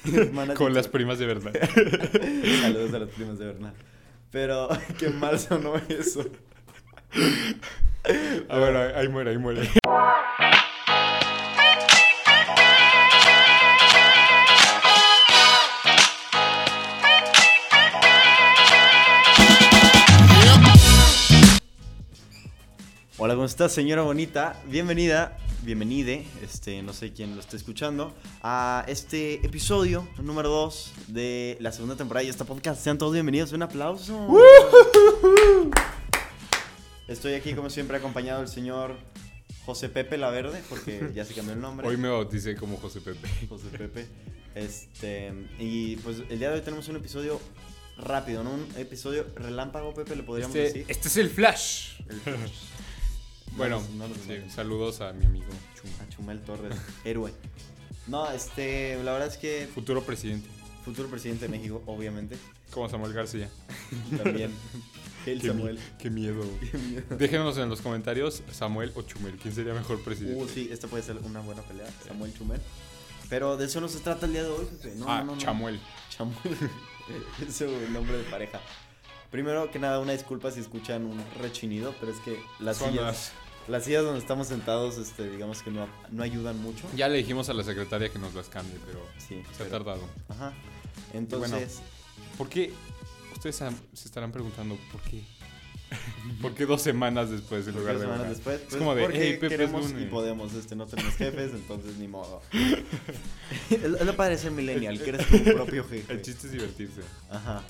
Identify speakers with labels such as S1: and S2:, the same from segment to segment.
S1: hermanas
S2: Con
S1: y-
S2: las primas de verdad.
S1: Saludos a las primas de Bernal. Pero qué mal sonó eso.
S2: A ver, Ah, ahí- ahí muere, ahí muere.
S1: Hola, ¿cómo estás, señora bonita? Bienvenida, bienvenide, este, no sé quién lo está escuchando, a este episodio número 2 de la segunda temporada de esta podcast. Sean todos bienvenidos, un aplauso. Estoy aquí, como siempre, acompañado del señor José Pepe La Verde, porque ya se cambió el nombre.
S2: Hoy me bauticé como José Pepe.
S1: José Pepe. Este, y pues el día de hoy tenemos un episodio rápido, ¿no? Un episodio relámpago, Pepe, le podríamos
S2: Este,
S1: decir.
S2: este es el Flash.
S1: El flash.
S2: Bueno,
S1: No, no, no,
S2: sí,
S1: no.
S2: saludos a mi amigo Chuma,
S1: A Chumel Torres, héroe. No, este, la verdad es que
S2: futuro presidente,
S1: futuro presidente de México, obviamente.
S2: como Samuel García.
S1: También. El
S2: Qué mi-
S1: Samuel.
S2: Qué miedo. Déjenos en los comentarios Samuel o Chumel, quién sería mejor presidente.
S1: Uh, sí, esta puede ser una buena pelea. Samuel Chumel. Pero de eso no se trata el día de hoy, Pepe. No,
S2: ah,
S1: no, no, no.
S2: Chamuel.
S1: Chamuel. es su nombre de pareja. Primero que nada, una disculpa si escuchan un rechinido, pero es que las
S2: Son
S1: sillas,
S2: las-
S1: las sillas donde estamos sentados, este, digamos que no, no ayudan mucho.
S2: Ya le dijimos a la secretaria que nos las cambie, pero
S1: Sí,
S2: se
S1: pero-
S2: ha tardado.
S1: Ajá. Entonces,
S2: ¿Por qué? Ustedes se se estarán preguntando por qué. ¿Por qué dos semanas después en
S1: dos
S2: lugar de
S1: semanas
S2: una?
S1: después,
S2: Es
S1: pues,
S2: como de,
S1: porque
S2: hey, Pepe, es
S1: queremos y
S2: lunes".
S1: podemos, este, no tenemos jefes, entonces ni modo. es es lo padre de ser millennial, que eres tu propio
S2: El
S1: jefe.
S2: chiste es divertirse.
S1: Ajá.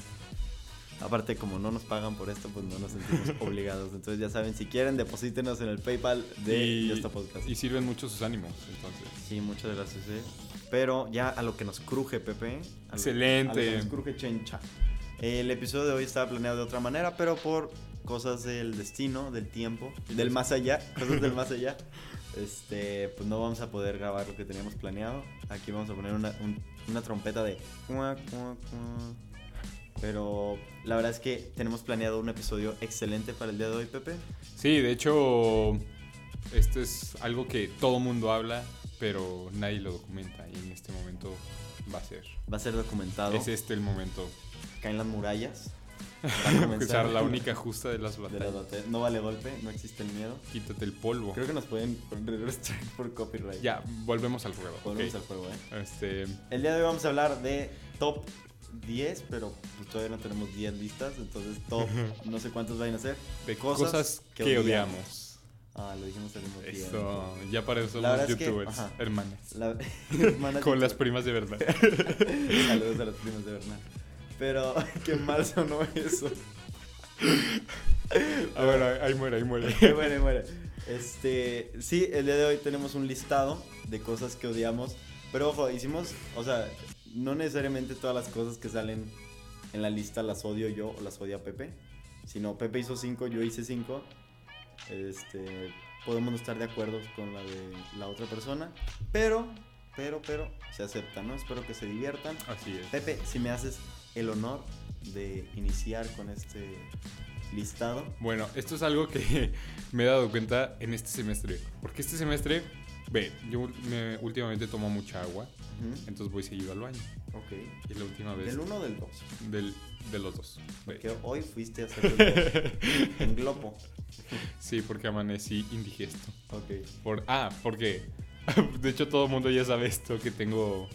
S1: Aparte, como no nos pagan por esto, pues no nos sentimos obligados. Entonces, ya saben, si quieren, deposítenos en el PayPal de
S2: y,
S1: esta podcast.
S2: y sirven mucho sus ánimos, entonces.
S1: Sí, muchas gracias. eh. Pero ya a lo que nos cruje, Pepe. a lo-
S2: Excelente.
S1: A lo que nos cruje, Chencha. El episodio de hoy estaba planeado de otra manera, pero por cosas del destino, del tiempo, del más allá, cosas del más allá, este, pues no vamos a poder grabar lo que teníamos planeado. Aquí vamos a poner una, un- una trompeta de... cuá, cuá, cuá. Pero la verdad es que tenemos planeado un episodio excelente para el día de hoy, Pepe.
S2: Sí, de hecho, esto es algo que todo mundo habla, pero nadie lo documenta. Y en este momento va a ser.
S1: Va a ser documentado.
S2: Es este el momento.
S1: Caen las murallas.
S2: Escuchar la única justa de las
S1: De la
S2: batallas.
S1: dote- No vale golpe, no existe el miedo.
S2: Quítate el polvo.
S1: Creo que nos pueden poner restraint por copyright.
S2: Ya, volvemos al ruedo.
S1: Volvemos
S2: ok.
S1: al juego, ¿eh?
S2: Este,
S1: El día de hoy vamos a hablar de top 10, pero pues todavía no tenemos 10 listas, entonces top, no sé cuántos vayan a ser.
S2: de cosas, que, odiamos.
S1: Ah, lo dijimos hace mucho tiempo.
S2: Eso, ya para eso
S1: La
S2: somos
S1: verdad es que-
S2: youtubers,
S1: ajá.
S2: hermanas.
S1: La- hermanas
S2: Con
S1: de-
S2: las primas de verdad.
S1: Saludos a las primas de Bernal. Pero qué mal sonó eso.
S2: A ver, ahí- ahí muere, ahí muere.
S1: muere, muere. Este, sí, el día de hoy tenemos un listado de cosas que odiamos. Pero ojo, hicimos, o sea, no necesariamente todas las cosas que salen en la lista las odio yo o las odia Pepe. Sino Pepe hizo 5, yo hice 5. Este, podemos no estar de acuerdo con la de la otra persona. Pero, pero, pero, se aceptan, ¿no? Espero que se diviertan.
S2: Así es.
S1: Pepe, si me haces el honor de iniciar con este listado.
S2: Bueno, esto es algo que me he dado cuenta en este semestre. Porque este semestre, ve, yo me- últimamente tomo mucha agua,
S1: Ujú,
S2: entonces voy seguido al baño.
S1: Ok.
S2: Y la última vez
S1: Del 1 o del 2.
S2: del- de los dos. de
S1: Porque
S2: hecho.
S1: hoy fuiste a hacer el dos. en globo.
S2: Sí, porque amanecí indigesto.
S1: Ok.
S2: Por, ah, porque de hecho todo el mundo ya sabe esto, que tengo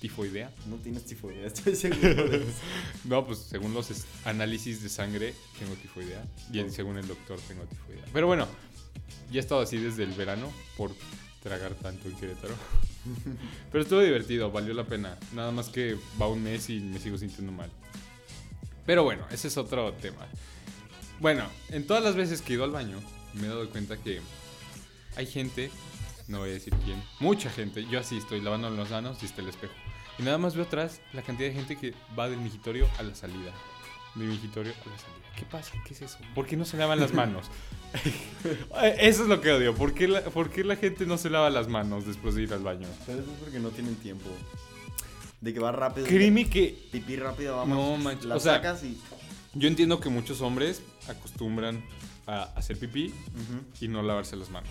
S2: tifoidea.
S1: No tienes tifoidea, estoy seguro de eso.
S2: No, pues según los es- análisis de sangre, tengo tifoidea. Y el-
S1: Ok.
S2: según el doctor, tengo tifoidea. Pero bueno, ya he estado así desde el verano por tragar tanto en Querétaro. Pero estuvo divertido, valió la pena. Nada más que va un mes y me sigo sintiendo mal. Pero bueno, ese es otro tema. Bueno, en todas las veces que he ido al baño, me he dado cuenta que hay gente, no voy a decir quién, mucha gente. Yo así estoy lavando las manos y está el espejo. Y nada más veo atrás la cantidad de gente que va del migitorio a la salida. Del migitorio a la salida. ¿Qué pasa? ¿Qué es eso? ¿Por qué no se lavan las manos? eso es lo que odio. ¿Por qué, la, por qué la gente no se lava las manos después de ir al baño?
S1: Pero eso es porque no tienen tiempo. De que va rápido.
S2: Creamy que
S1: Pipí rápido, vamos.
S2: No manches,
S1: La
S2: o sea-
S1: sacas y.
S2: Yo entiendo que muchos hombres acostumbran a hacer pipí
S1: Ujú,
S2: y no lavarse las manos,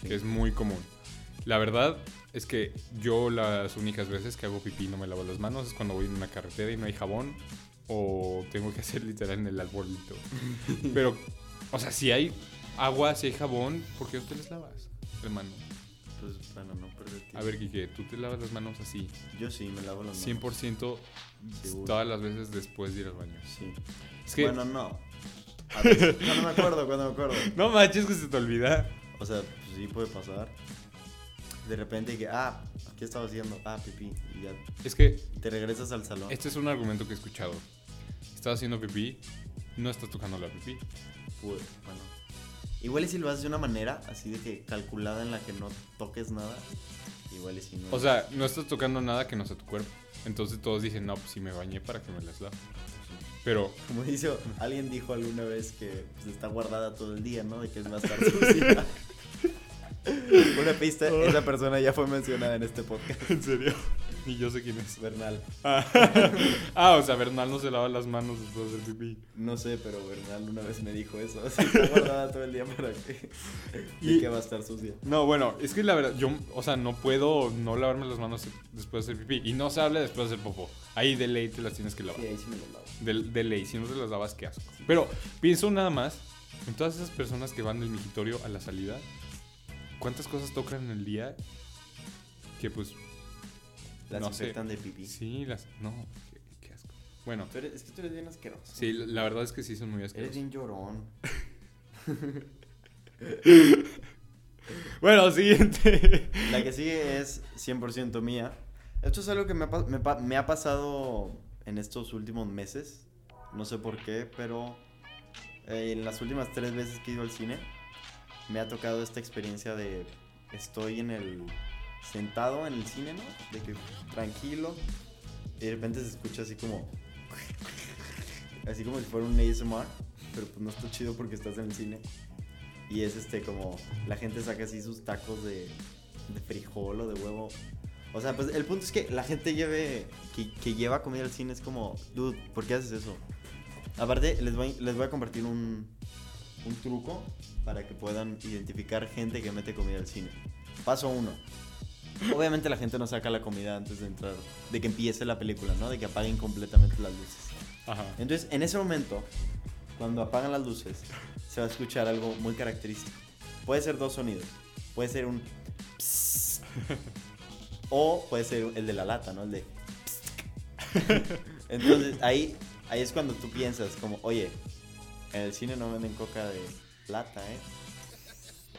S1: sí.
S2: que es muy común. La verdad, Es que yo las únicas veces que hago pipí y no me lavo las manos es cuando voy en una carretera y no hay jabón o tengo que hacer literal en el arbolito. Pero, o sea, si hay agua, si hay jabón, ¿por qué no te las lavas, hermano?
S1: Pues bueno, no perder tiempo.
S2: A ver, Quique, tú te lavas las manos así,
S1: Yo sí, me lavo las manos.
S2: 100%
S1: Seguro.
S2: todas las veces después de ir al baño.
S1: Sí.
S2: Es que,
S1: Bueno, no. A veces, cuando me acuerdo, cuando me acuerdo.
S2: no manches que se te olvida.
S1: O sea, pues sí puede pasar. De repente que, ah, ¿qué estaba haciendo? Ah, pipí. Y ya
S2: Es que
S1: te regresas al salón.
S2: Este es un argumento que he escuchado. Estás haciendo pipí, no estás tocando la pipí.
S1: Pues, bueno. Igual y si lo haces de una manera, así de que calculada en la que no toques nada, igual y si no.
S2: O sea, no estás tocando nada que no sea tu cuerpo. Entonces todos dicen, no, pues sí me bañé para que me las lave. Pero,
S1: Como dice, alguien dijo alguna vez que pues, está guardada todo el día, ¿no? De que va a estar sucia. Una pista,
S2: Oh.
S1: esa persona ya fue mencionada en este podcast.
S2: en serio, y yo sé quién es.
S1: Bernal.
S2: Ah, o sea, Bernal no se lava las manos después del pipí.
S1: No sé, pero Bernal una vez me dijo eso. Así está guardada todo el día para que.
S2: Y-
S1: Y que va a estar sucia.
S2: No, bueno, es que la verdad, yo, o sea, no puedo no lavarme las manos después de hacer pipí. Y no se habla después de hacer popó. Ahí de ley te las tienes que lavar.
S1: Sí, ahí sí me lo lavo.
S2: De, de ley, si no te las dabas, qué asco. Pero pienso nada más en todas esas personas que van del migitorio a la salida. ¿Cuántas cosas tocan en el día? Que pues,
S1: Las
S2: No sé.
S1: infectan de pipí.
S2: sí, las. No, qué, qué asco. Bueno,
S1: Tú eres- es que tú eres bien asqueroso.
S2: sí, la, la verdad es que sí son muy
S1: Eres
S2: asquerosas.
S1: bien llorón.
S2: Bueno, siguiente.
S1: La que sigue es 100% mía. Esto es algo que me ha, pa- me pa- me ha pasado en estos últimos meses. No sé por qué, pero eh, en las últimas tres veces que he ido al cine, me ha tocado esta experiencia de estoy en el sentado en el cine, ¿no? De que tranquilo y de repente se escucha así como así como si fuera un ASMR, pero pues no está chido porque estás en el cine. Y es este como la gente saca así sus tacos de, de frijol o de huevo. O sea, pues el punto es que la gente lleve que, que lleva comida al cine es como, dude, ¿por qué haces eso? Aparte les voy, les voy a compartir un un truco para que puedan identificar gente que mete comida al cine. Paso uno. Obviamente la gente no saca la comida antes de entrar, de que empiece la película, ¿no? De que apaguen completamente las luces.
S2: Ajá.
S1: Entonces, en ese momento, cuando apagan las luces, se va a escuchar algo muy característico. Puede ser dos sonidos. Puede ser un psst, o puede ser el de la lata, ¿no? El de psst. Entonces, ahí, ahí es cuando tú piensas como, oye, en el cine no venden coca de lata, ¿eh?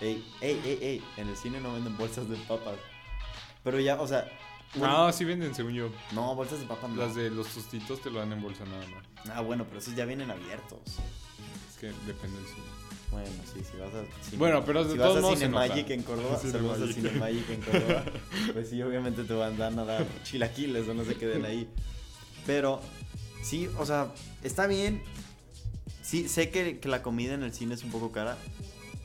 S1: Ey, ey, ey, ey, en el cine no venden bolsas de papas. Pero ya, o sea... un-
S2: No, sí venden, según yo.
S1: No, bolsas de papas no.
S2: Las de los tostitos te lo dan en bolsa nada más.
S1: Ah, bueno, pero esos ya vienen abiertos.
S2: Es que depende del cine.
S1: Bueno, sí, si vas a Cine-
S2: Bueno, pero de
S1: si
S2: todos
S1: vas a
S2: modos se
S1: Cinemagic
S2: nota.
S1: en Córdoba,
S2: Sí,
S1: saludos a
S2: Cinemagic.
S1: Cinemagic en Córdoba, pues sí, obviamente te van a dar nada chilaquiles o no se queden ahí. Pero sí, o sea, está bien. Sí, sé que, que la comida en el cine es un poco cara.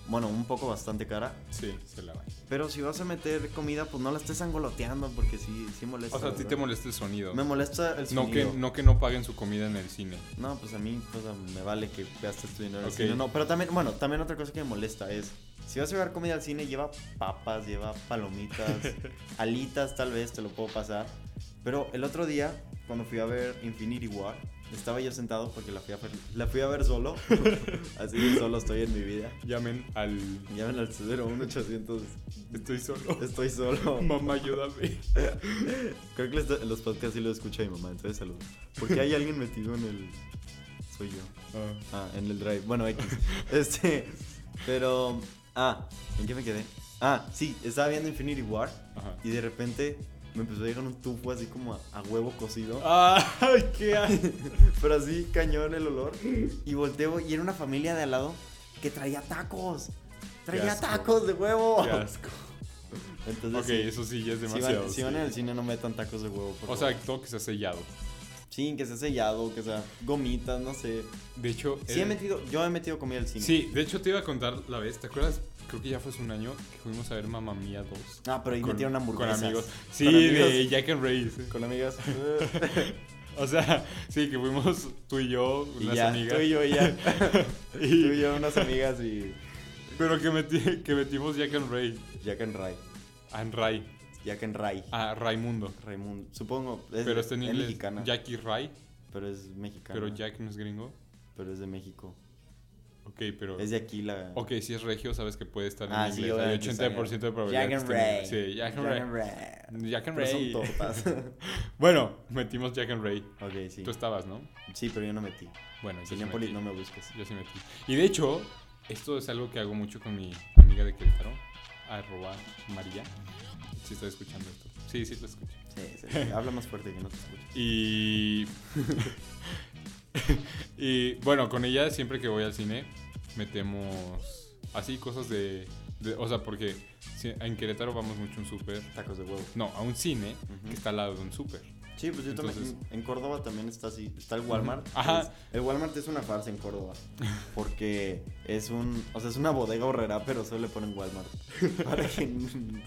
S1: Bueno, un poco bastante cara.
S2: Sí, se la baña.
S1: Pero si vas a meter comida, pues no la estés angoloteando porque sí, sí molesta.
S2: O sea, a ti
S1: ¿verdad?
S2: te molesta el sonido.
S1: Me molesta el
S2: No que,
S1: sonido.
S2: no que no paguen su comida en el cine.
S1: No, pues a mí pues, me vale que gastes tu dinero al
S2: Ok.
S1: cine. No, pero también, bueno, también otra cosa que me molesta es, si vas a llevar comida al cine, lleva papas, lleva palomitas, alitas tal vez, te lo puedo pasar. Pero el otro día, cuando fui a ver Infinity War, estaba yo sentado porque la fui a ver, la fui a ver solo. Así que solo estoy en mi vida.
S2: Llamen al.
S1: Llamen al 01800.
S2: Estoy solo.
S1: Estoy solo.
S2: Mamá, ayúdame.
S1: Creo que los, los podcasts sí lo escucha mi mamá, entonces saludos. Porque hay alguien metido en el... Soy yo. Ah, en el drive. Bueno, X. Este. Pero. Ah, ¿en qué me quedé? Ah, sí, estaba viendo Infinity War
S2: Ajá.
S1: y de repente me empezó a llegar un tufo así como a, a huevo cocido.
S2: ¡Ay, qué asco!
S1: Pero así, cañón el olor. Y volteo y era una familia de al lado que traía tacos. Traía
S2: asco.
S1: tacos de huevo.
S2: ¡Qué asco!
S1: Entonces,
S2: Ok,
S1: sí,
S2: eso sí ya es
S1: si,
S2: demasiado.
S1: van, si
S2: sí.
S1: van en el cine no metan tacos de huevo. por
S2: O
S1: favor.
S2: sea, todo que sea sellado.
S1: sí, que sea sellado, que sea gomitas, no sé.
S2: De hecho.
S1: Sí, he
S2: era-
S1: metido, yo he metido comida al cine.
S2: Eh, Sí, de hecho te iba a contar la vez, ¿te acuerdas? Creo que ya fue hace un año que fuimos a ver Mamma Mía 2.
S1: Ah, pero ahí metieron hamburguesas.
S2: Con amigos. Sí,
S1: Con amigos.
S2: de Jack and Race.
S1: Con amigas.
S2: O sea, sí, que fuimos tú y yo,
S1: y
S2: unas
S1: ya,
S2: amigas.
S1: tú y yo y ya. tú
S2: Y-
S1: y yo, unas amigas y
S2: Pero que, meti- que metimos Jack and Ray.
S1: Jack and Ray.
S2: And Ray.
S1: Jack en Ray.
S2: Ah, Raimundo.
S1: Raimundo. Supongo. Es,
S2: pero este está en
S1: es
S2: inglés.
S1: mexicana.
S2: Jackie Ray.
S1: Pero es mexicana.
S2: Pero Jack no es gringo.
S1: Pero es de México.
S2: Ok, pero.
S1: Es de aquí la.
S2: Ok, si es regio, sabes que puede estar en
S1: Ah, sí,
S2: inglés. Hay
S1: obviamente
S2: 80% de
S1: sabía.
S2: probabilidad.
S1: Jack
S2: que
S1: and
S2: esté en
S1: Ray.
S2: inglés. Sí, Jack and
S1: and
S2: Ray.
S1: Ray.
S2: Jack and
S1: Pero son
S2: Ray.
S1: tortas.
S2: Bueno, metimos Jack and Ray.
S1: ok, sí.
S2: Tú estabas, ¿no?
S1: Sí, pero yo no metí.
S2: Bueno, yo sí
S1: Cinépolis
S2: metí.
S1: no me busques.
S2: Yo sí metí. Y de hecho, esto es algo que hago mucho con mi amiga de Querétaro, arroba María. Si está escuchando esto. Sí, sí, lo escucho.
S1: Sí, sí, sí. Habla más fuerte que no te escucho.
S2: Y. y bueno, con ella siempre que voy al cine metemos así cosas de. de- o sea, porque si- en Querétaro vamos mucho a un súper.
S1: Tacos de huevo.
S2: No, a un cine
S1: Ujú.
S2: que está al lado de un súper.
S1: Sí, pues yo también.
S2: Entonces-
S1: En Córdoba también está así. Está el Walmart.
S2: Ujú. Ajá.
S1: Es- el Walmart es una farsa en Córdoba. Porque es un. O sea, es una bodega horrera, pero solo le ponen Walmart. Para que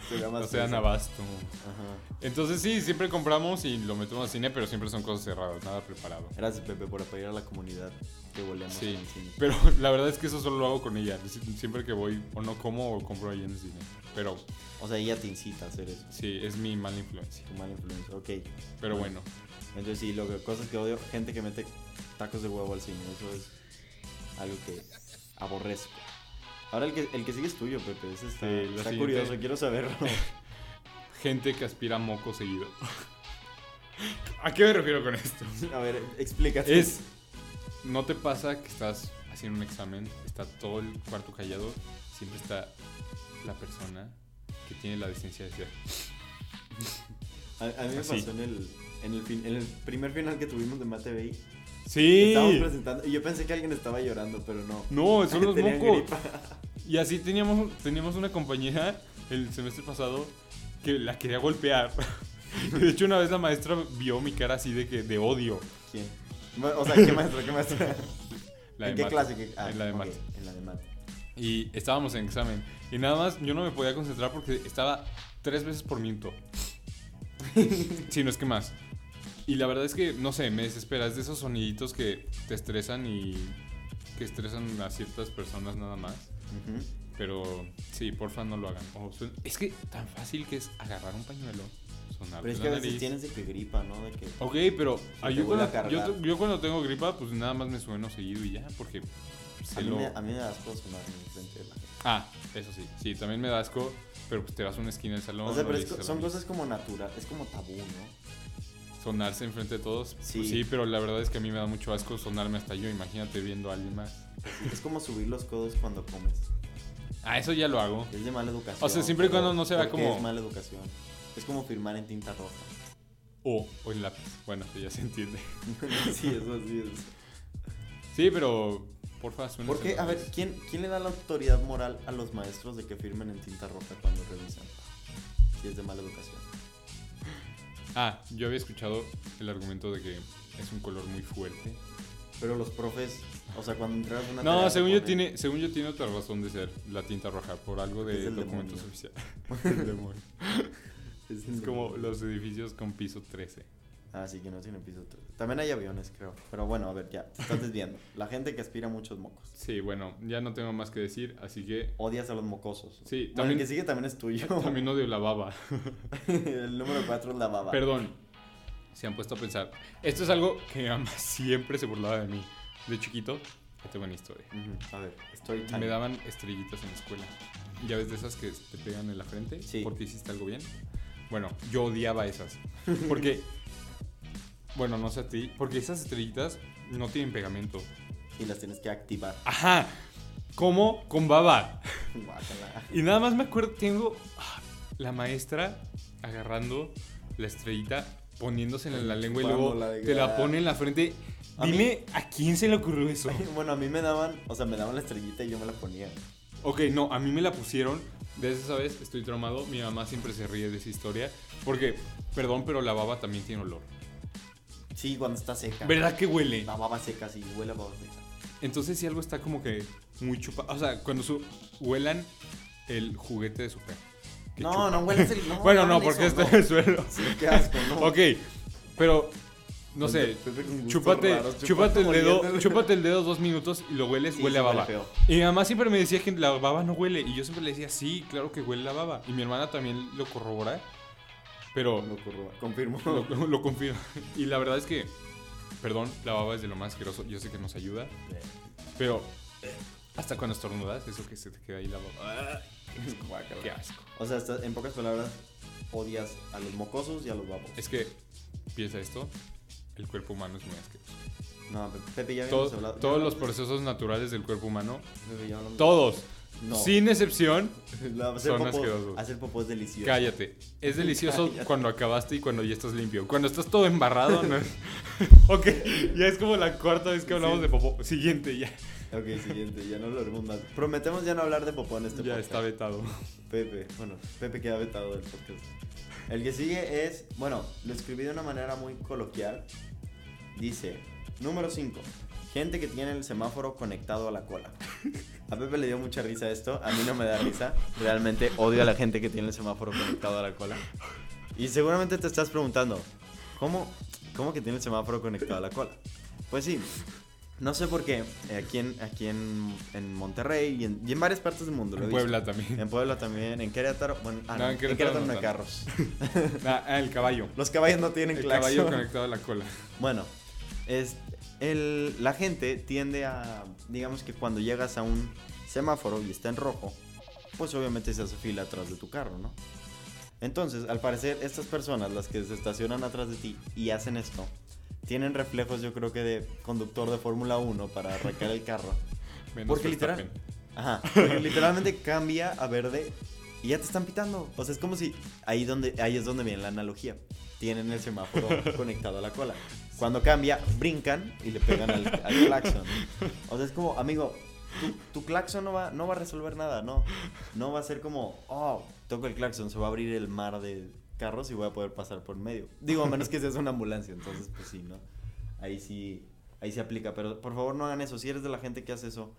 S1: se vea más.
S2: No sean
S1: fresa.
S2: abasto.
S1: Ajá.
S2: Entonces sí, siempre compramos y lo metemos al cine, pero siempre son cosas cerradas, nada preparado.
S1: Gracias, Pepe, por apoyar a la comunidad que volemos
S2: Sí,
S1: en cine.
S2: pero la verdad es que eso solo lo hago con ella. Sie- Siempre que voy o no como o compro ahí en el cine. Pero
S1: O sea, ella te incita a hacer eso.
S2: sí, es mi mala influencia.
S1: Tu mala influencia. Ok.
S2: Pero bueno,
S1: Entonces, sí, lo que, cosas que odio. Gente que mete tacos de huevo al cine. Eso es algo que aborrezco. Ahora el que, el que sigue es tuyo, Pepe. Ese está,
S2: Sí, la
S1: está
S2: siguiente.
S1: curioso, quiero saberlo.
S2: gente que aspira moco seguido. ¿A qué me refiero con esto?
S1: A ver, explícate.
S2: Es, ¿no te pasa que estás haciendo un examen, está todo el cuarto callado, siempre está la persona que tiene la decencia de decir,
S1: A, a mí me
S2: Así.
S1: pasó en el, en, el fin- en el primer final que tuvimos de Mate Bay.
S2: sí,
S1: Estábamos presentando. Y yo pensé que alguien estaba llorando, pero no.
S2: no, son los
S1: Tenían
S2: mocos.
S1: gripa.
S2: Y así teníamos, teníamos una compañera el semestre pasado que la quería golpear. Y De hecho, una vez la maestra vio mi cara así de que de odio.
S1: ¿Quién? O sea, ¿qué maestro? ¿Qué maestro?
S2: La
S1: ¿En
S2: de
S1: qué
S2: mate.
S1: clase? ¿Qué- ah,
S2: en la de
S1: ok,
S2: mate.
S1: en la de mate.
S2: Y estábamos en examen. Y nada más, yo no me podía concentrar porque estaba tres veces por minuto. sí, no es que más. Y la verdad es que, no sé, me desespera. Es de esos soniditos que te estresan y que estresan a ciertas personas nada más.
S1: Ujú.
S2: Pero sí, porfa no lo hagan. O suen- es que tan fácil que es agarrar un pañuelo, sonar
S1: Pero es que a veces tienes de que gripa, ¿no? De que.
S2: Ok, pero ah,
S1: te
S2: yo,
S1: vuelve a
S2: cuando, yo-
S1: cargar.
S2: yo cuando tengo gripa, pues nada más me sueno seguido y ya, porque
S1: A
S2: se
S1: mí,
S2: lo...
S1: me, a mí me da asco sonar en frente de la gente.
S2: Ah, eso sí, sí, también me da asco, pero pues te vas a una esquina del salón.
S1: o sea,
S2: lo
S1: pero es
S2: dices
S1: co-
S2: a la
S1: son
S2: misa.
S1: cosas como natural, es como tabú, ¿no?
S2: Sonarse enfrente de todos, pues,
S1: Sí.
S2: sí. pero la verdad es que a mí me da mucho asco sonarme hasta yo, imagínate viendo a alguien más.
S1: Es como subir los codos cuando comes.
S2: Ah, eso ya lo hago.
S1: Es de mala educación.
S2: O sea, siempre y
S1: pero-
S2: cuando no se vea
S1: porque
S2: como-
S1: Es mala educación. Es como firmar en tinta roja.
S2: O, o en lápiz. Bueno, eso ya se entiende.
S1: sí, eso sí es.
S2: Sí, pero porfa, suena.
S1: Porque, a ver, ¿quién, ¿quién le da la autoridad moral a los maestros de que firmen en tinta roja cuando revisan? Si es de mala educación.
S2: Ah, yo había escuchado el argumento de que es un color muy fuerte.
S1: Pero los profes, o sea, cuando entras a una. tarea
S2: No,
S1: te
S2: según yo,
S1: ponen-
S2: tiene, según yo tiene otra razón de ser la tinta roja, por algo
S1: Es
S2: de
S1: el
S2: documentos
S1: demonio.
S2: oficiales. El demonio. es
S1: el-
S2: como los edificios con piso 13.
S1: Ah, sí, que no tiene piso tres. También hay aviones, creo. Pero bueno, a ver, ya, te estás desviando. La gente que aspira muchos mocos.
S2: Sí, bueno, ya no tengo más que decir, así que
S1: Odias a los mocosos.
S2: Sí,
S1: Bueno,
S2: también-
S1: el que sigue también es tuyo.
S2: también odio la baba.
S1: el número 4 es la baba.
S2: Perdón, se han puesto a pensar. Esto es algo que mi mamá siempre se burlaba de mí. De chiquito, ya tengo una historia.
S1: Ujú, A ver, story time.
S2: Me daban estrellitas en la escuela. Ya ves de esas que te pegan en la frente
S1: Sí.
S2: porque hiciste algo bien. Bueno, yo odiaba esas. Porque, bueno, no sé a ti, porque esas estrellitas no tienen pegamento.
S1: Y las tienes que activar.
S2: Ajá, como con baba.
S1: Guácala.
S2: Y nada más me acuerdo, tengo ah, la maestra agarrando la estrellita, poniéndosela en la lengua y luego
S1: Chupándola de
S2: te la
S1: cara.
S2: pone en la frente.
S1: A mí-
S2: Dime, ¿a quién se le ocurrió eso?
S1: Bueno, a mí me daban, o sea, me daban la estrellita y yo me la ponía.
S2: Ok, no, a mí me la pusieron. Desde esa vez estoy traumado. Mi mamá siempre se ríe de esa historia. Porque, perdón, pero la baba también tiene olor.
S1: Sí, cuando está seca.
S2: ¿Verdad que huele?
S1: La baba seca, sí, huele a baba seca.
S2: Entonces, si algo está como que muy chupado. O sea, cuando su huelan el juguete de su perro. que
S1: No,
S2: chupa.
S1: no hueles el. No,
S2: bueno, no,
S1: hagan
S2: porque
S1: eso,
S2: está en el suelo.
S1: Sí, qué asco, no. Pues
S2: Ok, pero no sé,
S1: Pepe con gustos
S2: chúpate,
S1: raros,
S2: chúpate el dedo,
S1: oliendo.
S2: chúpate el dedo dos minutos y lo hueles,
S1: Sí,
S2: huele
S1: sí
S2: a
S1: huele
S2: baba.
S1: feo.
S2: Y mi mamá siempre me decía que la baba no huele y yo siempre le decía, sí, claro que huele la baba. Y mi hermana también lo corrobora Pero
S1: Lo curro- Confirmo.
S2: lo, lo confirmo. Y la verdad es que, perdón, la baba es de lo más asqueroso. Yo sé que nos ayuda, pero hasta cuando estornudas, eso que se te queda ahí la baba. ah,
S1: Guácala.
S2: Qué asco.
S1: O sea, estás- en pocas palabras, odias a los mocosos y a los babos.
S2: Es que, piensa esto, el cuerpo humano es muy asqueroso.
S1: No, Pepe, ya habíamos
S2: Todo-
S1: hablado. ya pues. hablamos
S2: todos los
S1: de esto,
S2: procesos naturales del cuerpo humano,
S1: Pepe, ya hablamos de
S2: todos,
S1: No.
S2: sin excepción,
S1: esto. La- hacer,
S2: son
S1: popó,
S2: asquerosos.
S1: hacer popó es delicioso.
S2: cállate. Es delicioso
S1: Cállate.
S2: cuando acabaste y cuando ya estás limpio. Cuando estás todo embarrado, no es... Ok, ya es como la cuarta vez que hablamos
S1: Sí. Este
S2: de popó. Siguiente, ya.
S1: Ok, siguiente, ya no hablaremos más. Prometemos ya no hablar de popó en este
S2: Ya
S1: podcast.
S2: está vetado.
S1: Pepe, bueno, Pepe queda vetado del podcast. El que sigue es, bueno, lo escribí de una manera muy coloquial. Dice, número 5, gente que tiene el semáforo conectado a la cola. A Pepe le dio mucha risa esto, a mí no me da risa. Realmente odio a la gente que tiene el semáforo conectado a la cola. Y seguramente te estás preguntando, ¿cómo, cómo que tiene el semáforo conectado a la cola? Pues sí, no sé por qué, eh, aquí en, aquí en, en Monterrey y en, y en varias partes del mundo. lo he
S2: En
S1: visto.
S2: Puebla también.
S1: En Puebla también, en Querétaro, bueno, ah,
S2: No,
S1: no,
S2: en
S1: en
S2: Querétaro
S1: Querétaro
S2: no
S1: no hay
S2: tanto.
S1: carros.
S2: Ah, ah, el caballo.
S1: Los caballos no tienen
S2: El
S1: claxon.
S2: caballo conectado a la cola.
S1: Bueno, es, el- la gente tiende a, digamos que cuando llegas a un semáforo y está en rojo, pues obviamente se hace fila atrás de tu carro, ¿no? Entonces, al parecer, estas personas, las que se estacionan atrás de ti y hacen esto, tienen reflejos, yo creo que de conductor de Fórmula 1 para arrancar el carro.
S2: Menos
S1: Porque literal-
S2: Verstappen.
S1: Ajá. porque literalmente cambia a verde y ya te están pitando. O sea, es como si ahí, donde, ahí es donde viene la analogía. Tienen el semáforo conectado a la cola. Cuando cambia, brincan y le pegan al, al claxon. O sea, es como, amigo, tu, tu claxon no va, no va a resolver nada, no. No va a ser como, oh, toco el claxon, se va a abrir el mar de carros y voy a poder pasar por medio. Digo, a menos que seas una ambulancia, entonces pues sí, ¿no? Ahí sí, ahí se aplica. Pero por favor no hagan eso. Si eres de la gente que hace eso,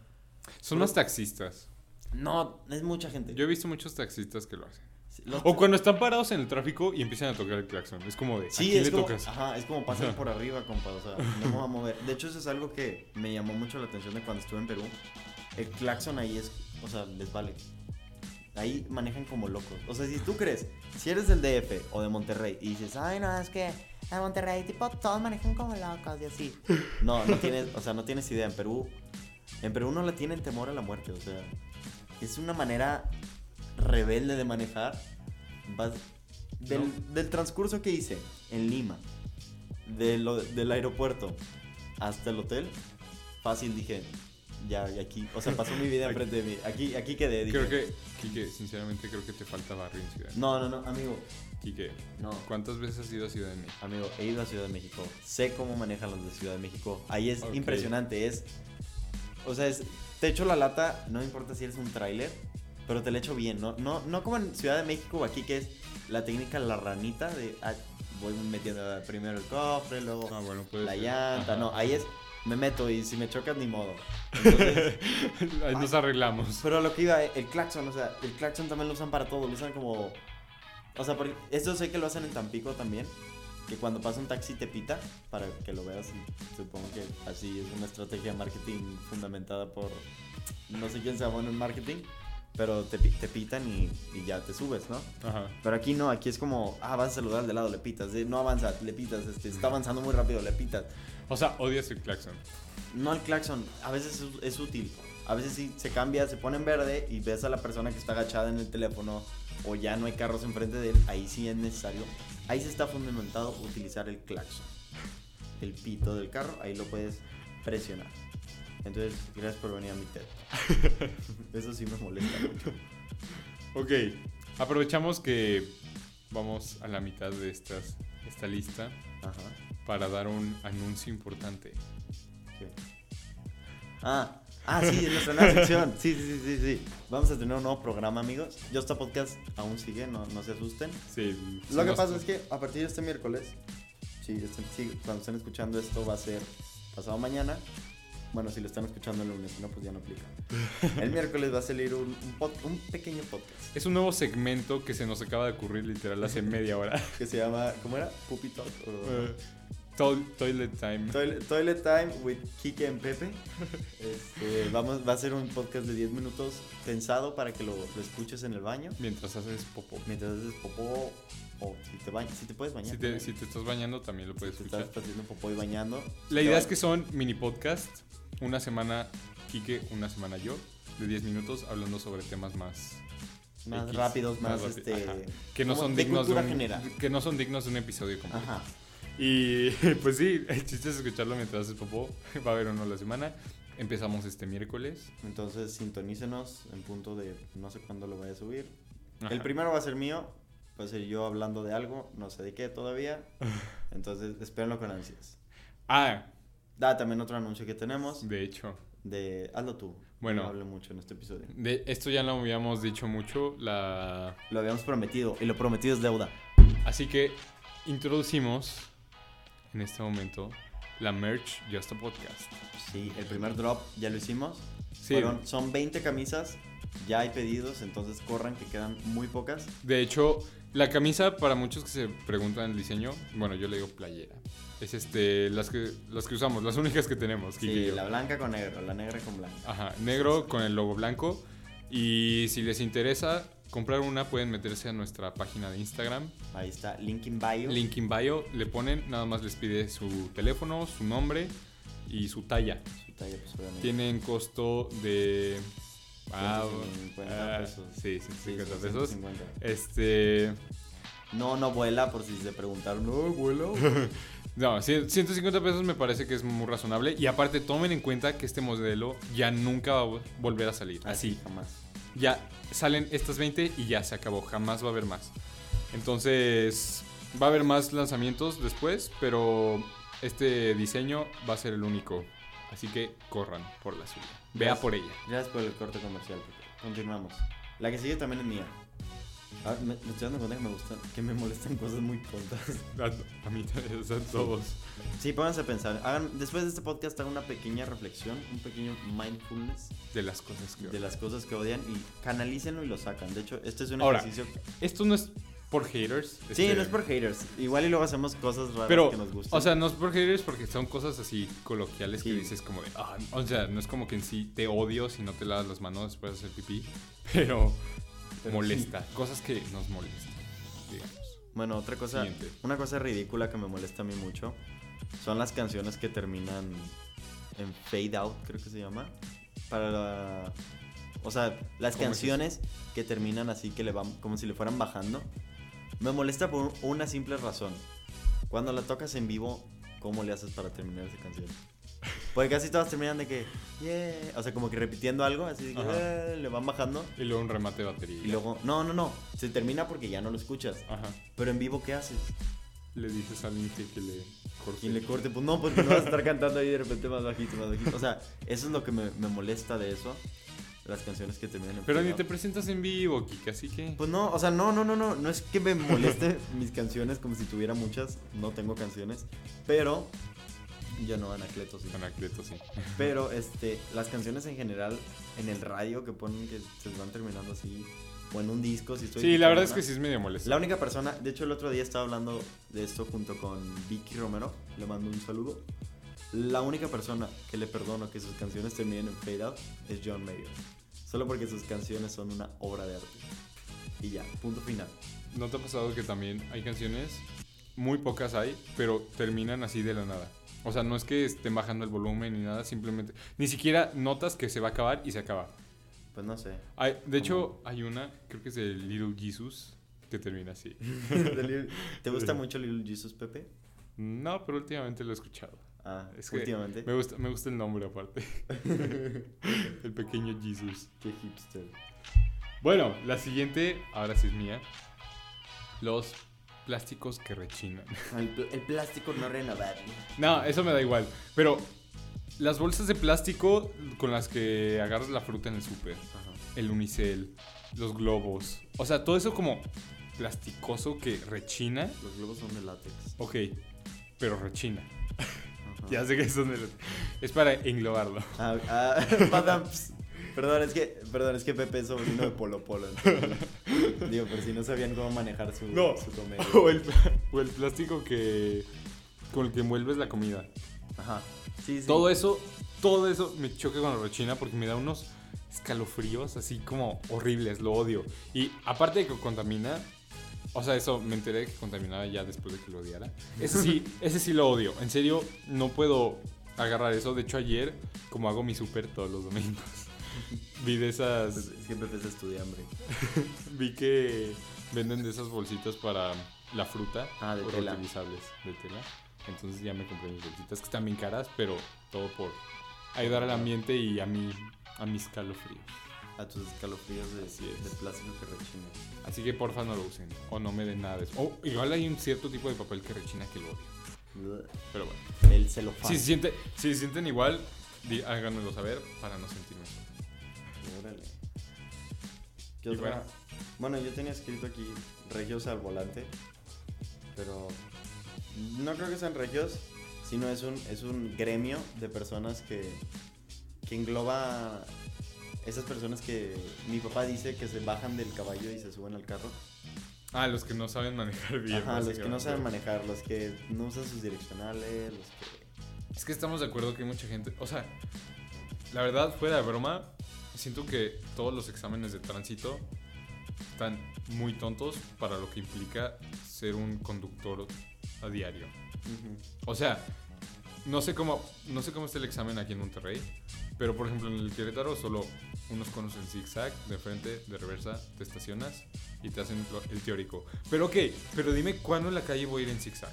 S2: Son los taxistas.
S1: no, es mucha gente.
S2: Yo he visto muchos taxistas que lo hacen.
S1: Sí, los-
S2: O cuando están parados en el tráfico y empiezan a tocar el claxon. Es como de.
S1: Sí,
S2: ¿a quién
S1: es
S2: le
S1: como, ah,
S2: tocas?
S1: ajá, es como pasar
S2: Ajá.
S1: por arriba, compa, o sea, no me voy a mover. De hecho, eso es algo que me llamó mucho la atención de cuando estuve en Perú. El claxon ahí es, o sea, les vale. Ahí manejan como locos. O sea, si tú crees, si eres del DF o de Monterrey y dices, ay, no, es que en Monterrey, tipo, todos manejan como locos y así. No, no tienes, o sea, no tienes idea. En Perú, en Perú no le tienen temor a la muerte, o sea, es una manera rebelde de manejar. Vas- del, del transcurso que hice en Lima, de lo- del aeropuerto hasta el hotel, fácil dije, ya y aquí, o sea, pasó mi vida enfrente de mí, aquí, aquí quedé. dije.
S2: Creo que, Quique, sinceramente creo que te falta barrio en Ciudad.
S1: No, no, no, amigo,
S2: Quique,
S1: no.
S2: ¿cuántas veces has ido a Ciudad de México?
S1: Amigo, he ido a Ciudad de México, sé cómo manejan los de Ciudad de México, ahí es
S2: Ok.
S1: impresionante, es, o sea, es, te echo la lata, no importa si eres un tráiler, pero te la echo bien, no, no, no como en Ciudad de México o aquí que es la técnica la ranita de, ah, voy metiendo primero el cofre, luego...
S2: Ah, bueno, puede
S1: la
S2: ser.
S1: llanta,
S2: Ajá.
S1: no, ahí es, me meto y si me chocas ni modo. Entonces,
S2: Ahí nos arreglamos.
S1: pero a lo que iba, el claxon, o sea, el claxon también lo usan para todo, lo usan como... O sea, porque esto sé que lo hacen en Tampico también, que cuando pasa un taxi te pita para que lo veas y supongo que así es una estrategia de marketing fundamentada por no sé quién sea bueno en marketing, pero te, pi- te pitan y, y ya te subes, ¿no?
S2: Ajá.
S1: Pero aquí no, aquí es como, ah, vas a saludar al de lado, le pitas, de, no avanza, le pitas, este, está avanzando muy rápido, le pitas.
S2: O sea, odias el claxon.
S1: No el claxon, a veces es, es útil. A veces sí se cambia, se pone en verde y ves a la persona que está agachada en el teléfono o ya no hay carros enfrente de él. Ahí sí es necesario. Ahí se está fundamentado utilizar el claxon. El pito del carro, ahí lo puedes presionar. Entonces, gracias por venir a mi TED. Eso sí me molesta mucho.
S2: Ok, aprovechamos que vamos a la mitad de estas, esta lista
S1: Ajá.
S2: para dar un anuncio importante.
S1: ¿Qué? Ah, ah, sí, es nuestra nueva sección. Sí, sí, sí, sí, sí. Vamos a tener un nuevo programa, amigos. Yo esta podcast aún sigue, no, no se asusten.
S2: Sí,
S1: Lo que
S2: nos-
S1: pasa es que a partir de este miércoles, si están- si- cuando estén escuchando esto va a ser pasado mañana. Bueno, si lo están escuchando el lunes, si no, pues ya no aplica. El miércoles va a salir un, un pod- un pequeño podcast
S2: Es un nuevo segmento que se nos acaba de ocurrir literal hace media hora.
S1: que se llama, ¿cómo era? Puppy Talk. o-
S2: Eh, to- toilet Time.
S1: Toilet, Toilet Time with Kike and Pepe. Este, vamos, va a ser un podcast de 10 minutos pensado para que lo, lo escuches en el baño.
S2: Mientras haces popó.
S1: Mientras haces popó, O si te, bañas, si te puedes bañar.
S2: Si te, si te estás bañando, también lo puedes
S1: Si te
S2: escuchar.
S1: estás haciendo popó y bañando.
S2: La
S1: te
S2: idea
S1: ba-
S2: es que son mini podcast, una semana Quique, una semana yo, de 10 minutos hablando sobre temas más
S1: Más
S2: X,
S1: rápidos, más,
S2: rápi-
S1: este.
S2: ajá, que no
S1: como
S2: son
S1: de
S2: dignos de
S1: cultura
S2: un,
S1: general.
S2: que no son dignos de un episodio completo.
S1: Ajá.
S2: Y pues sí, el chiste es escucharlo mientras haces popó, va a haber uno a la semana. Empezamos este miércoles.
S1: Entonces sintonícenos en punto de no sé cuándo lo voy a subir.
S2: Ajá.
S1: El primero va a ser mío, va a ser yo hablando de algo, no sé de qué todavía. Entonces espérenlo con ansias.
S2: Ah,
S1: Da también otro anuncio que tenemos
S2: de hecho,
S1: de hazlo tú.
S2: Bueno.
S1: No hablé mucho en este episodio.
S2: de esto ya lo habíamos dicho mucho, la
S1: Lo habíamos prometido y lo prometido es deuda.
S2: Así que introducimos en este momento la merch Just a Podcast.
S1: Sí, el primer drop ya lo hicimos.
S2: Sí.
S1: Fueron- son 20 camisas, ya hay pedidos, entonces corran que quedan muy pocas.
S2: De hecho, la camisa, para muchos que se preguntan el diseño, bueno, yo le digo playera. Es este, las que, las que usamos, las únicas que tenemos. Kike y
S1: Sí,
S2: yo.
S1: la blanca con negro, la negra con blanca.
S2: Ajá, negro con el logo blanco. Y si les interesa comprar una, pueden meterse a nuestra página de Instagram,
S1: Ahí está, link in bio.
S2: link in bio, le ponen, nada más les pide su teléfono, su nombre y su talla.
S1: Su talla, pues, obviamente.
S2: Tienen costo de. Ah,
S1: 150
S2: ah,
S1: pesos.
S2: Sí,
S1: Sí,
S2: 150
S1: son
S2: pesos.
S1: 150.
S2: Este.
S1: No, no vuela, por si se preguntaron. No, vuela.
S2: No, cien- 150 pesos me parece que es muy razonable. Y aparte, tomen en cuenta que este modelo ya nunca va a vo- volver a salir. Así.
S1: Jamás.
S2: Ya salen estas 20 y ya se acabó. Jamás va a haber más. Entonces, va a haber más lanzamientos después, pero este diseño va a ser el único. Así que corran por la suya. Vea
S1: Gracias.
S2: por ella.
S1: Gracias por el corte comercial. Continuamos. La que sigue también es mía. Ah, me, me estoy dando cuenta que me gustan, que me molestan cosas muy tontas.
S2: A, a mí también, o sea, todos.
S1: Sí, pónganse a pensar. Hagan, después de este podcast hagan una pequeña reflexión, un pequeño mindfulness
S2: De las cosas que...
S1: de las cosas que odian y canalícenlo y lo sacan. De hecho, este es un
S2: Ahora,
S1: ejercicio.
S2: Esto no es por haters.
S1: Sí,
S2: este,
S1: no es por haters. Igual y luego hacemos cosas raras
S2: Pero,
S1: que nos gustan.
S2: o sea, no es por haters porque son cosas así coloquiales que
S1: Sí.
S2: dices como de... "Ah", o sea, no es como que en sí te odio si no te lavas las manos después de hacer pipí, pero,
S1: Pero
S2: molesta. Cosas que nos molestan, digamos.
S1: Bueno, otra cosa,
S2: Siguiente.
S1: una cosa ridícula que me molesta a mí mucho son las canciones que terminan en fade out, creo que se llama. Para la- O sea, las
S2: ¿Cómo es
S1: canciones que terminan así que le van como si le fueran bajando. Me molesta por una simple razón. Cuando la tocas en vivo, ¿cómo le haces para terminar esa canción? Porque casi todas terminan de que, yeah, o sea, como que repitiendo algo, así de que
S2: Ajá.
S1: "Eh", le van bajando.
S2: Y luego un remate de batería.
S1: Y luego, no, no, no, se termina porque ya no lo escuchas.
S2: Ajá.
S1: Pero en vivo, ¿qué haces?
S2: Le dices a alguien que, que le corte.
S1: Quien le corte, pues no, porque no vas a estar cantando ahí de repente más bajito, más bajito. O sea, eso es lo que me, me molesta de eso. Las canciones que terminan en
S2: Pero
S1: fade
S2: ni
S1: out.
S2: te presentas en vivo, Kike, así que...
S1: Pues no, o sea, no, no, no, no. No es que me moleste mis canciones como si tuviera muchas. No tengo canciones. Pero. Yo no, Anacleto sí.
S2: Anacleto, sí.
S1: Pero este, las canciones en general en el radio que ponen que se van terminando así. O en un disco, si estoy.
S2: Sí, la verdad es
S1: escuchando una.
S2: que sí es medio molesto.
S1: La única persona, de hecho el otro día estaba hablando de esto junto con Vicky Romero, le mando un saludo. La única persona que le perdono que sus canciones terminen en fade out es John Mayer. Solo porque sus canciones son una obra de arte. Y ya, punto final.
S2: ¿No te ha pasado que también hay canciones, muy pocas hay, pero terminan así de la nada? O sea, no es que estén bajando el volumen ni nada, simplemente... Ni siquiera notas que se va a acabar y se acaba.
S1: Pues no sé.
S2: Hay- de hecho, hay una, creo que es de Little Jesus, que termina así.
S1: De Lil- ¿Te gusta mucho Lil Jesus Pepe?
S2: No, pero últimamente lo he escuchado.
S1: Ah,
S2: Es que
S1: últimamente.
S2: Me gusta, me gusta el nombre aparte. el pequeño Jesus.
S1: Qué hipster.
S2: Bueno, la siguiente, ahora sí es mía. Los plásticos que rechinan.
S1: El, pl- el plástico no renovable.
S2: No, eso me da igual. Pero las bolsas de plástico con las que agarras la fruta en el súper,
S1: Ajá.
S2: el unicel, los globos, o sea, todo eso como plasticoso que rechina.
S1: Los globos son de látex.
S2: Ok, pero rechina.
S1: Ajá.
S2: Ya sé que es donde... lo- Es para englobarlo.
S1: Ah, ah, Madame, ps, perdón, es que, perdón, es que Pepe es sobrino de Polo Polo. entonces, digo, por si no sabían cómo manejar su,
S2: No.
S1: su comedia.
S2: O el, o el plástico que... Con el que envuelves la comida.
S1: Ajá. Sí, sí.
S2: Todo eso, todo eso me choca con la rechina porque me da unos escalofríos así como horribles, lo odio. Y aparte de que contamina, O sea, eso me enteré que contaminaba ya después de que lo odiara. Ese sí, ese sí lo odio. En serio, no puedo agarrar eso. De hecho, ayer, como hago mi súper todos los domingos, vi de esas.
S1: Pues, siempre te estudiar, hambre.
S2: Vi que venden de esas bolsitas para la fruta.
S1: Ah, de
S2: o
S1: tela.
S2: reutilizables de tela. Entonces ya me compré mis bolsitas que están bien caras, pero todo por ayudar al ambiente y a mi, a mis calofríos.
S1: A tus escalofríos de,
S2: Así es.
S1: de plástico que rechina.
S2: Así que porfa no lo usen. O no me den nada de eso. O igual hay un cierto tipo de papel que rechina que lo odio. Pero bueno.
S1: El celofán.
S2: Si se, siente, si se sienten igual, di- háganoslo saber para no sentirme. solo.
S1: Órale. ¿Qué
S2: Y
S1: otra?
S2: bueno.
S1: Bueno. yo tenía escrito aquí regios al volante, pero no creo que sean regios, sino es un, es un gremio de personas que, que engloba esas personas que mi papá dice que se bajan del caballo y se suben al carro.
S2: Ah, los que no saben manejar bien.
S1: Ajá, los que no
S2: básicamente.
S1: saben manejar, los que no usan sus direccionales, los que...
S2: Es que estamos de acuerdo que hay mucha gente. O sea, la verdad, fuera de broma, siento que todos los exámenes de tránsito están muy tontos para lo que implica ser un conductor a diario.
S1: Ujú.
S2: O sea, no sé cómo, no sé cómo está el examen aquí en Monterrey, pero por ejemplo en el Querétaro solo unos conos en zigzag, de frente, de reversa, te estacionas y te hacen lo- el teórico. Pero ok, pero dime cuándo en la calle voy a ir en zigzag.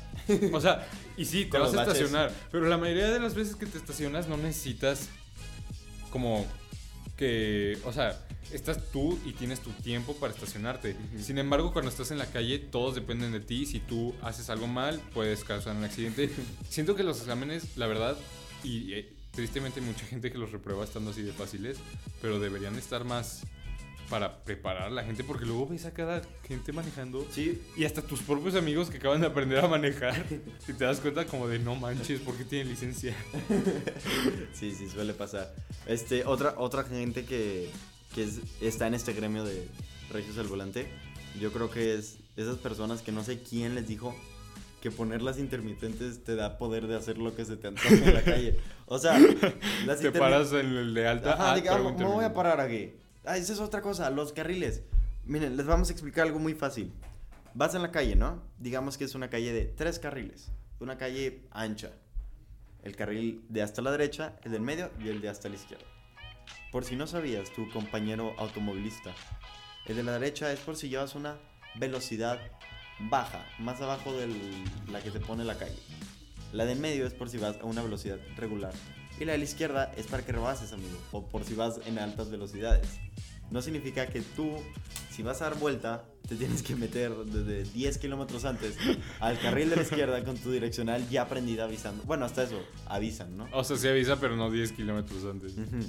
S2: O sea, y sí, te
S1: Con
S2: vas
S1: los
S2: a
S1: baches.
S2: estacionar, pero la mayoría de las veces que te estacionas no necesitas como que, o sea, estás tú y tienes tu tiempo para estacionarte.
S1: Ujú.
S2: Sin embargo, cuando estás en la calle, todos dependen de ti. Si tú haces algo mal, puedes causar un accidente. Siento que los exámenes, la verdad, y eh, tristemente mucha gente que los reprueba estando así de fáciles, pero deberían estar más para preparar a la gente, porque luego ves a cada gente manejando.
S1: Sí,
S2: Y hasta tus propios amigos que acaban de aprender a manejar, y te das cuenta como de no manches, ¿por qué tienen licencia?
S1: Sí, sí, suele pasar. Este, otra, otra gente que, que es- está en este gremio de Regios al Volante, yo creo que es esas personas que no sé quién les dijo que poner las intermitentes te da poder de hacer lo que se te antoje en la calle. O sea, las
S2: te
S1: intermi-
S2: paras en el de alta.
S1: Ajá,
S2: ah,
S1: de que,
S2: traigo
S1: ah, me voy a
S2: intermitente.
S1: parar aquí. Ah, esa es otra cosa, los carriles. Miren, les vamos a explicar algo muy fácil. Vas en la calle, ¿no? Digamos que es una calle de tres carriles. Una calle ancha. El carril de hasta la derecha, el del medio y el de hasta la izquierda. Por si no sabías, tu compañero automovilista. El de la derecha es por si llevas una velocidad baja, más abajo de la que te pone la calle. La de en medio es por si vas a una velocidad regular. Y la de la izquierda es para que rebases, amigo, o por si vas en altas velocidades. No significa que tú, si vas a dar vuelta, te tienes que meter desde 10 kilómetros antes al carril de la izquierda con tu direccional ya prendida avisando. Bueno, hasta eso, avisan, ¿no?
S2: O sea, se avisa, pero no 10 kilómetros antes.
S1: Ujú.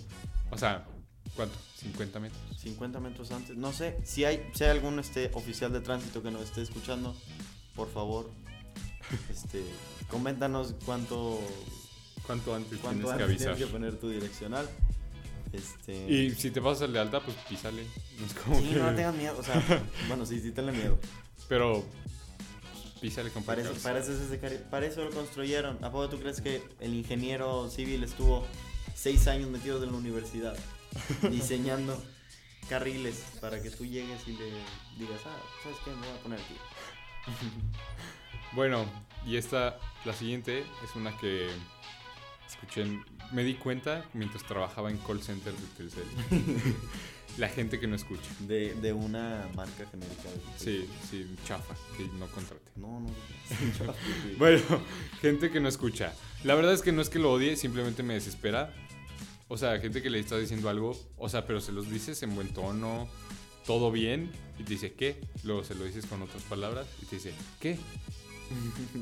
S2: O sea, ¿cuánto? 50 metros.
S1: 50 metros antes. No sé, si hay, si hay algún este, oficial de tránsito que nos esté escuchando, por favor, este, coméntanos cuánto,
S2: ¿Cuánto antes
S1: cuánto
S2: tienes
S1: antes
S2: que
S1: tienes que
S2: avisar?
S1: poner tu direccional. Este,
S2: Y si te pasas el de alta, pues písale. No es como
S1: sí,
S2: que-
S1: no tengan miedo, o sea, bueno, sí, sí tenle miedo.
S2: Pero pues, písale con
S1: Para eso,
S2: precaución.
S1: para, eso es ese cari- para eso lo construyeron. ¿A poco tú crees que el ingeniero civil estuvo seis años metido en la universidad diseñando carriles para que tú llegues y le digas, ah, ¿sabes qué? Me voy a poner aquí.
S2: Bueno, y esta, la siguiente, es una que escuché, en- me di cuenta mientras trabajaba en call center de Telcel. la gente que no escucha.
S1: De, de una marca genérica. de-
S2: Sí, sí, chafa, que no contrate.
S1: No, no.
S2: Bueno, gente que no escucha. La verdad es que no es que lo odie, simplemente me desespera. O sea, gente que le está diciendo algo, o sea, pero se los dices en buen tono, todo bien, y te dice, ¿qué? Luego se lo dices con otras palabras y te dice, ¿qué?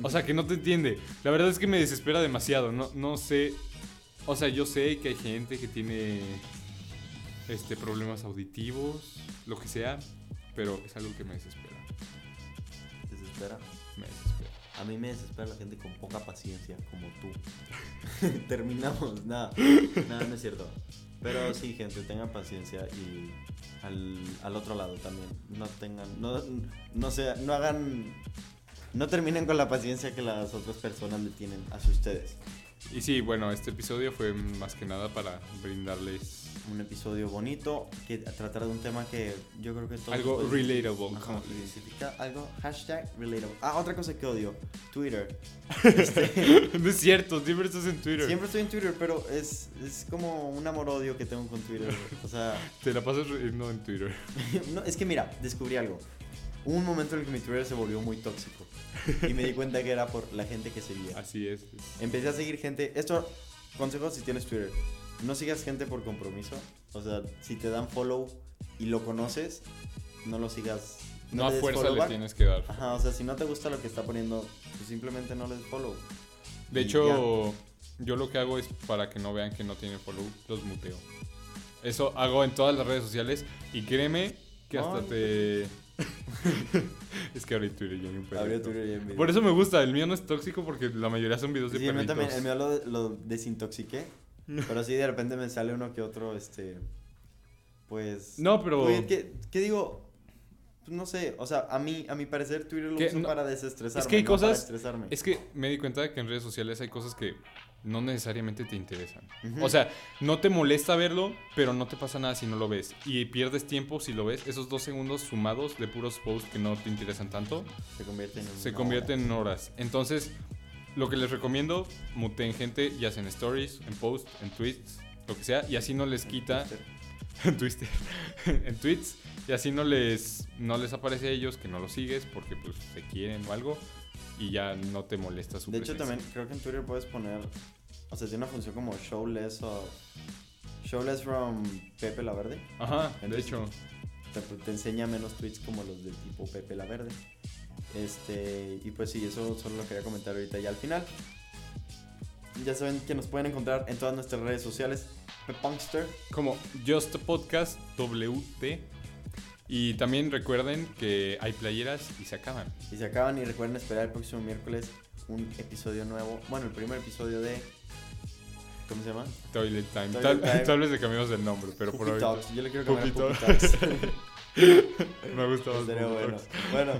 S2: O sea, que no te entiende. La verdad es que me desespera demasiado. No, no sé. O sea, yo sé que hay gente que tiene este, problemas auditivos, lo que sea, pero es algo que me desespera.
S1: desespera.
S2: Me desespera.
S1: A mí me desespera la gente con poca paciencia, como tú. Terminamos, nada. Nada, no es cierto. Pero sí, gente, tengan paciencia y al, al otro lado también. No tengan, no, no sea, no hagan, no terminen con la paciencia que las otras personas le tienen hacia ustedes.
S2: Y sí, bueno, este episodio fue más que nada para brindarles
S1: Un episodio bonito que tratará de un tema que yo creo que todos
S2: algo
S1: podemos-
S2: relatable.
S1: Ajá,
S2: como-
S1: identifica algo hashtag relatable. Ah, otra cosa que odio, Twitter.
S2: no es cierto, siempre estás en Twitter.
S1: Siempre estoy en Twitter, pero es, es como un amor-odio que tengo con Twitter. O sea,
S2: Te la pasas riendo en Twitter.
S1: no, es que mira, descubrí algo. Hubo un momento en el que mi Twitter se volvió muy tóxico. Y me di cuenta que era por la gente que seguía.
S2: Así es.
S1: Empecé a seguir gente. Esto, consejo si tienes Twitter. No sigas gente por compromiso. O sea, si te dan follow y lo conoces, no lo sigas.
S2: No, a
S1: le des Ah,
S2: fuerza
S1: follow
S2: le
S1: back.
S2: tienes que dar.
S1: Ajá, o sea, si no te gusta lo que está poniendo, pues simplemente no le des follow.
S2: De
S1: Y
S2: hecho, yo lo que hago es para que no vean que no tienen follow, los muteo. Eso hago en todas las redes sociales y créeme que hasta
S1: Ay.
S2: te... es que abrí Twitter yo ni un
S1: ya. Abrió
S2: perrito.
S1: Twitter y en video.
S2: Por eso me gusta, el mío no es tóxico porque la mayoría son videos de
S1: Sí, el mío
S2: perritos.
S1: también, el mío lo, lo desintoxiqué. pero sí, de repente me sale uno que otro, este. Pues.
S2: No, pero...
S1: Oye, ¿qué, qué digo? Pues No sé, o sea, a mí, a mi parecer, Twitter lo
S2: Que
S1: uso
S2: no-
S1: para desestresarme.
S2: es que hay
S1: no para
S2: cosas-
S1: estresarme.
S2: Es que me di cuenta de que en redes sociales hay cosas que no necesariamente te interesan.
S1: Ujú.
S2: O sea, no te molesta verlo, pero no te pasa nada si no lo ves. Y pierdes tiempo si lo ves. Esos dos segundos sumados de puros posts que no te interesan tanto,
S1: se convierte en.
S2: se
S1: una
S2: convierten
S1: hora.
S2: en horas. Entonces, lo que les recomiendo, muteen gente, ya sea en stories, en posts, en tweets, lo que sea. Y así no les quita... En Twitter. en tweets. Y así no les, no les aparece a ellos que no los sigues porque pues se quieren o algo. Y ya no te molesta su
S1: De hecho,
S2: presencia.
S1: también creo que en Twitter puedes poner. O sea, tiene una función como showless o. Showless from Pepe la Verde.
S2: Ajá, de
S1: Entonces,
S2: hecho.
S1: te, te enseña menos tweets como los de tipo Pepe la Verde. Este, y pues sí, eso solo lo quería comentar ahorita y al final. Ya saben que nos pueden encontrar en todas nuestras redes sociales. Punkster.
S2: Como Just a Podcast WT. Y también recuerden que hay playeras y se acaban.
S1: Y se acaban y recuerden esperar el próximo miércoles un episodio nuevo. Bueno, el primer episodio de... ¿Cómo se llama?
S2: Toilet Time.
S1: Toilet
S2: tal,
S1: Time.
S2: tal vez le cambiamos el nombre, pero por
S1: Poopy
S2: ahorita.
S1: Talks. Yo le quiero cambiar a
S2: Poopy
S1: Poopy Talks.
S2: Me gusta más.
S1: Estaría
S2: Poopy
S1: bueno.
S2: Talks.
S1: Bueno,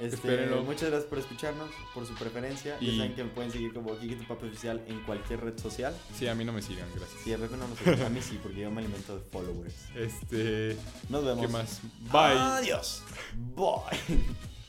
S1: este,
S2: Espérenlo.
S1: muchas gracias por escucharnos, por su preferencia.
S2: Y-
S1: Ya saben que me pueden seguir como Kiki tu Papi Oficial en cualquier red social.
S2: Sí, a mí no me sigan, gracias.
S1: Sí, a Pepe no lo sé. A mí sí, porque yo me alimento de followers.
S2: Este.
S1: Nos vemos.
S2: ¿Qué más? Bye.
S1: Adiós. Bye.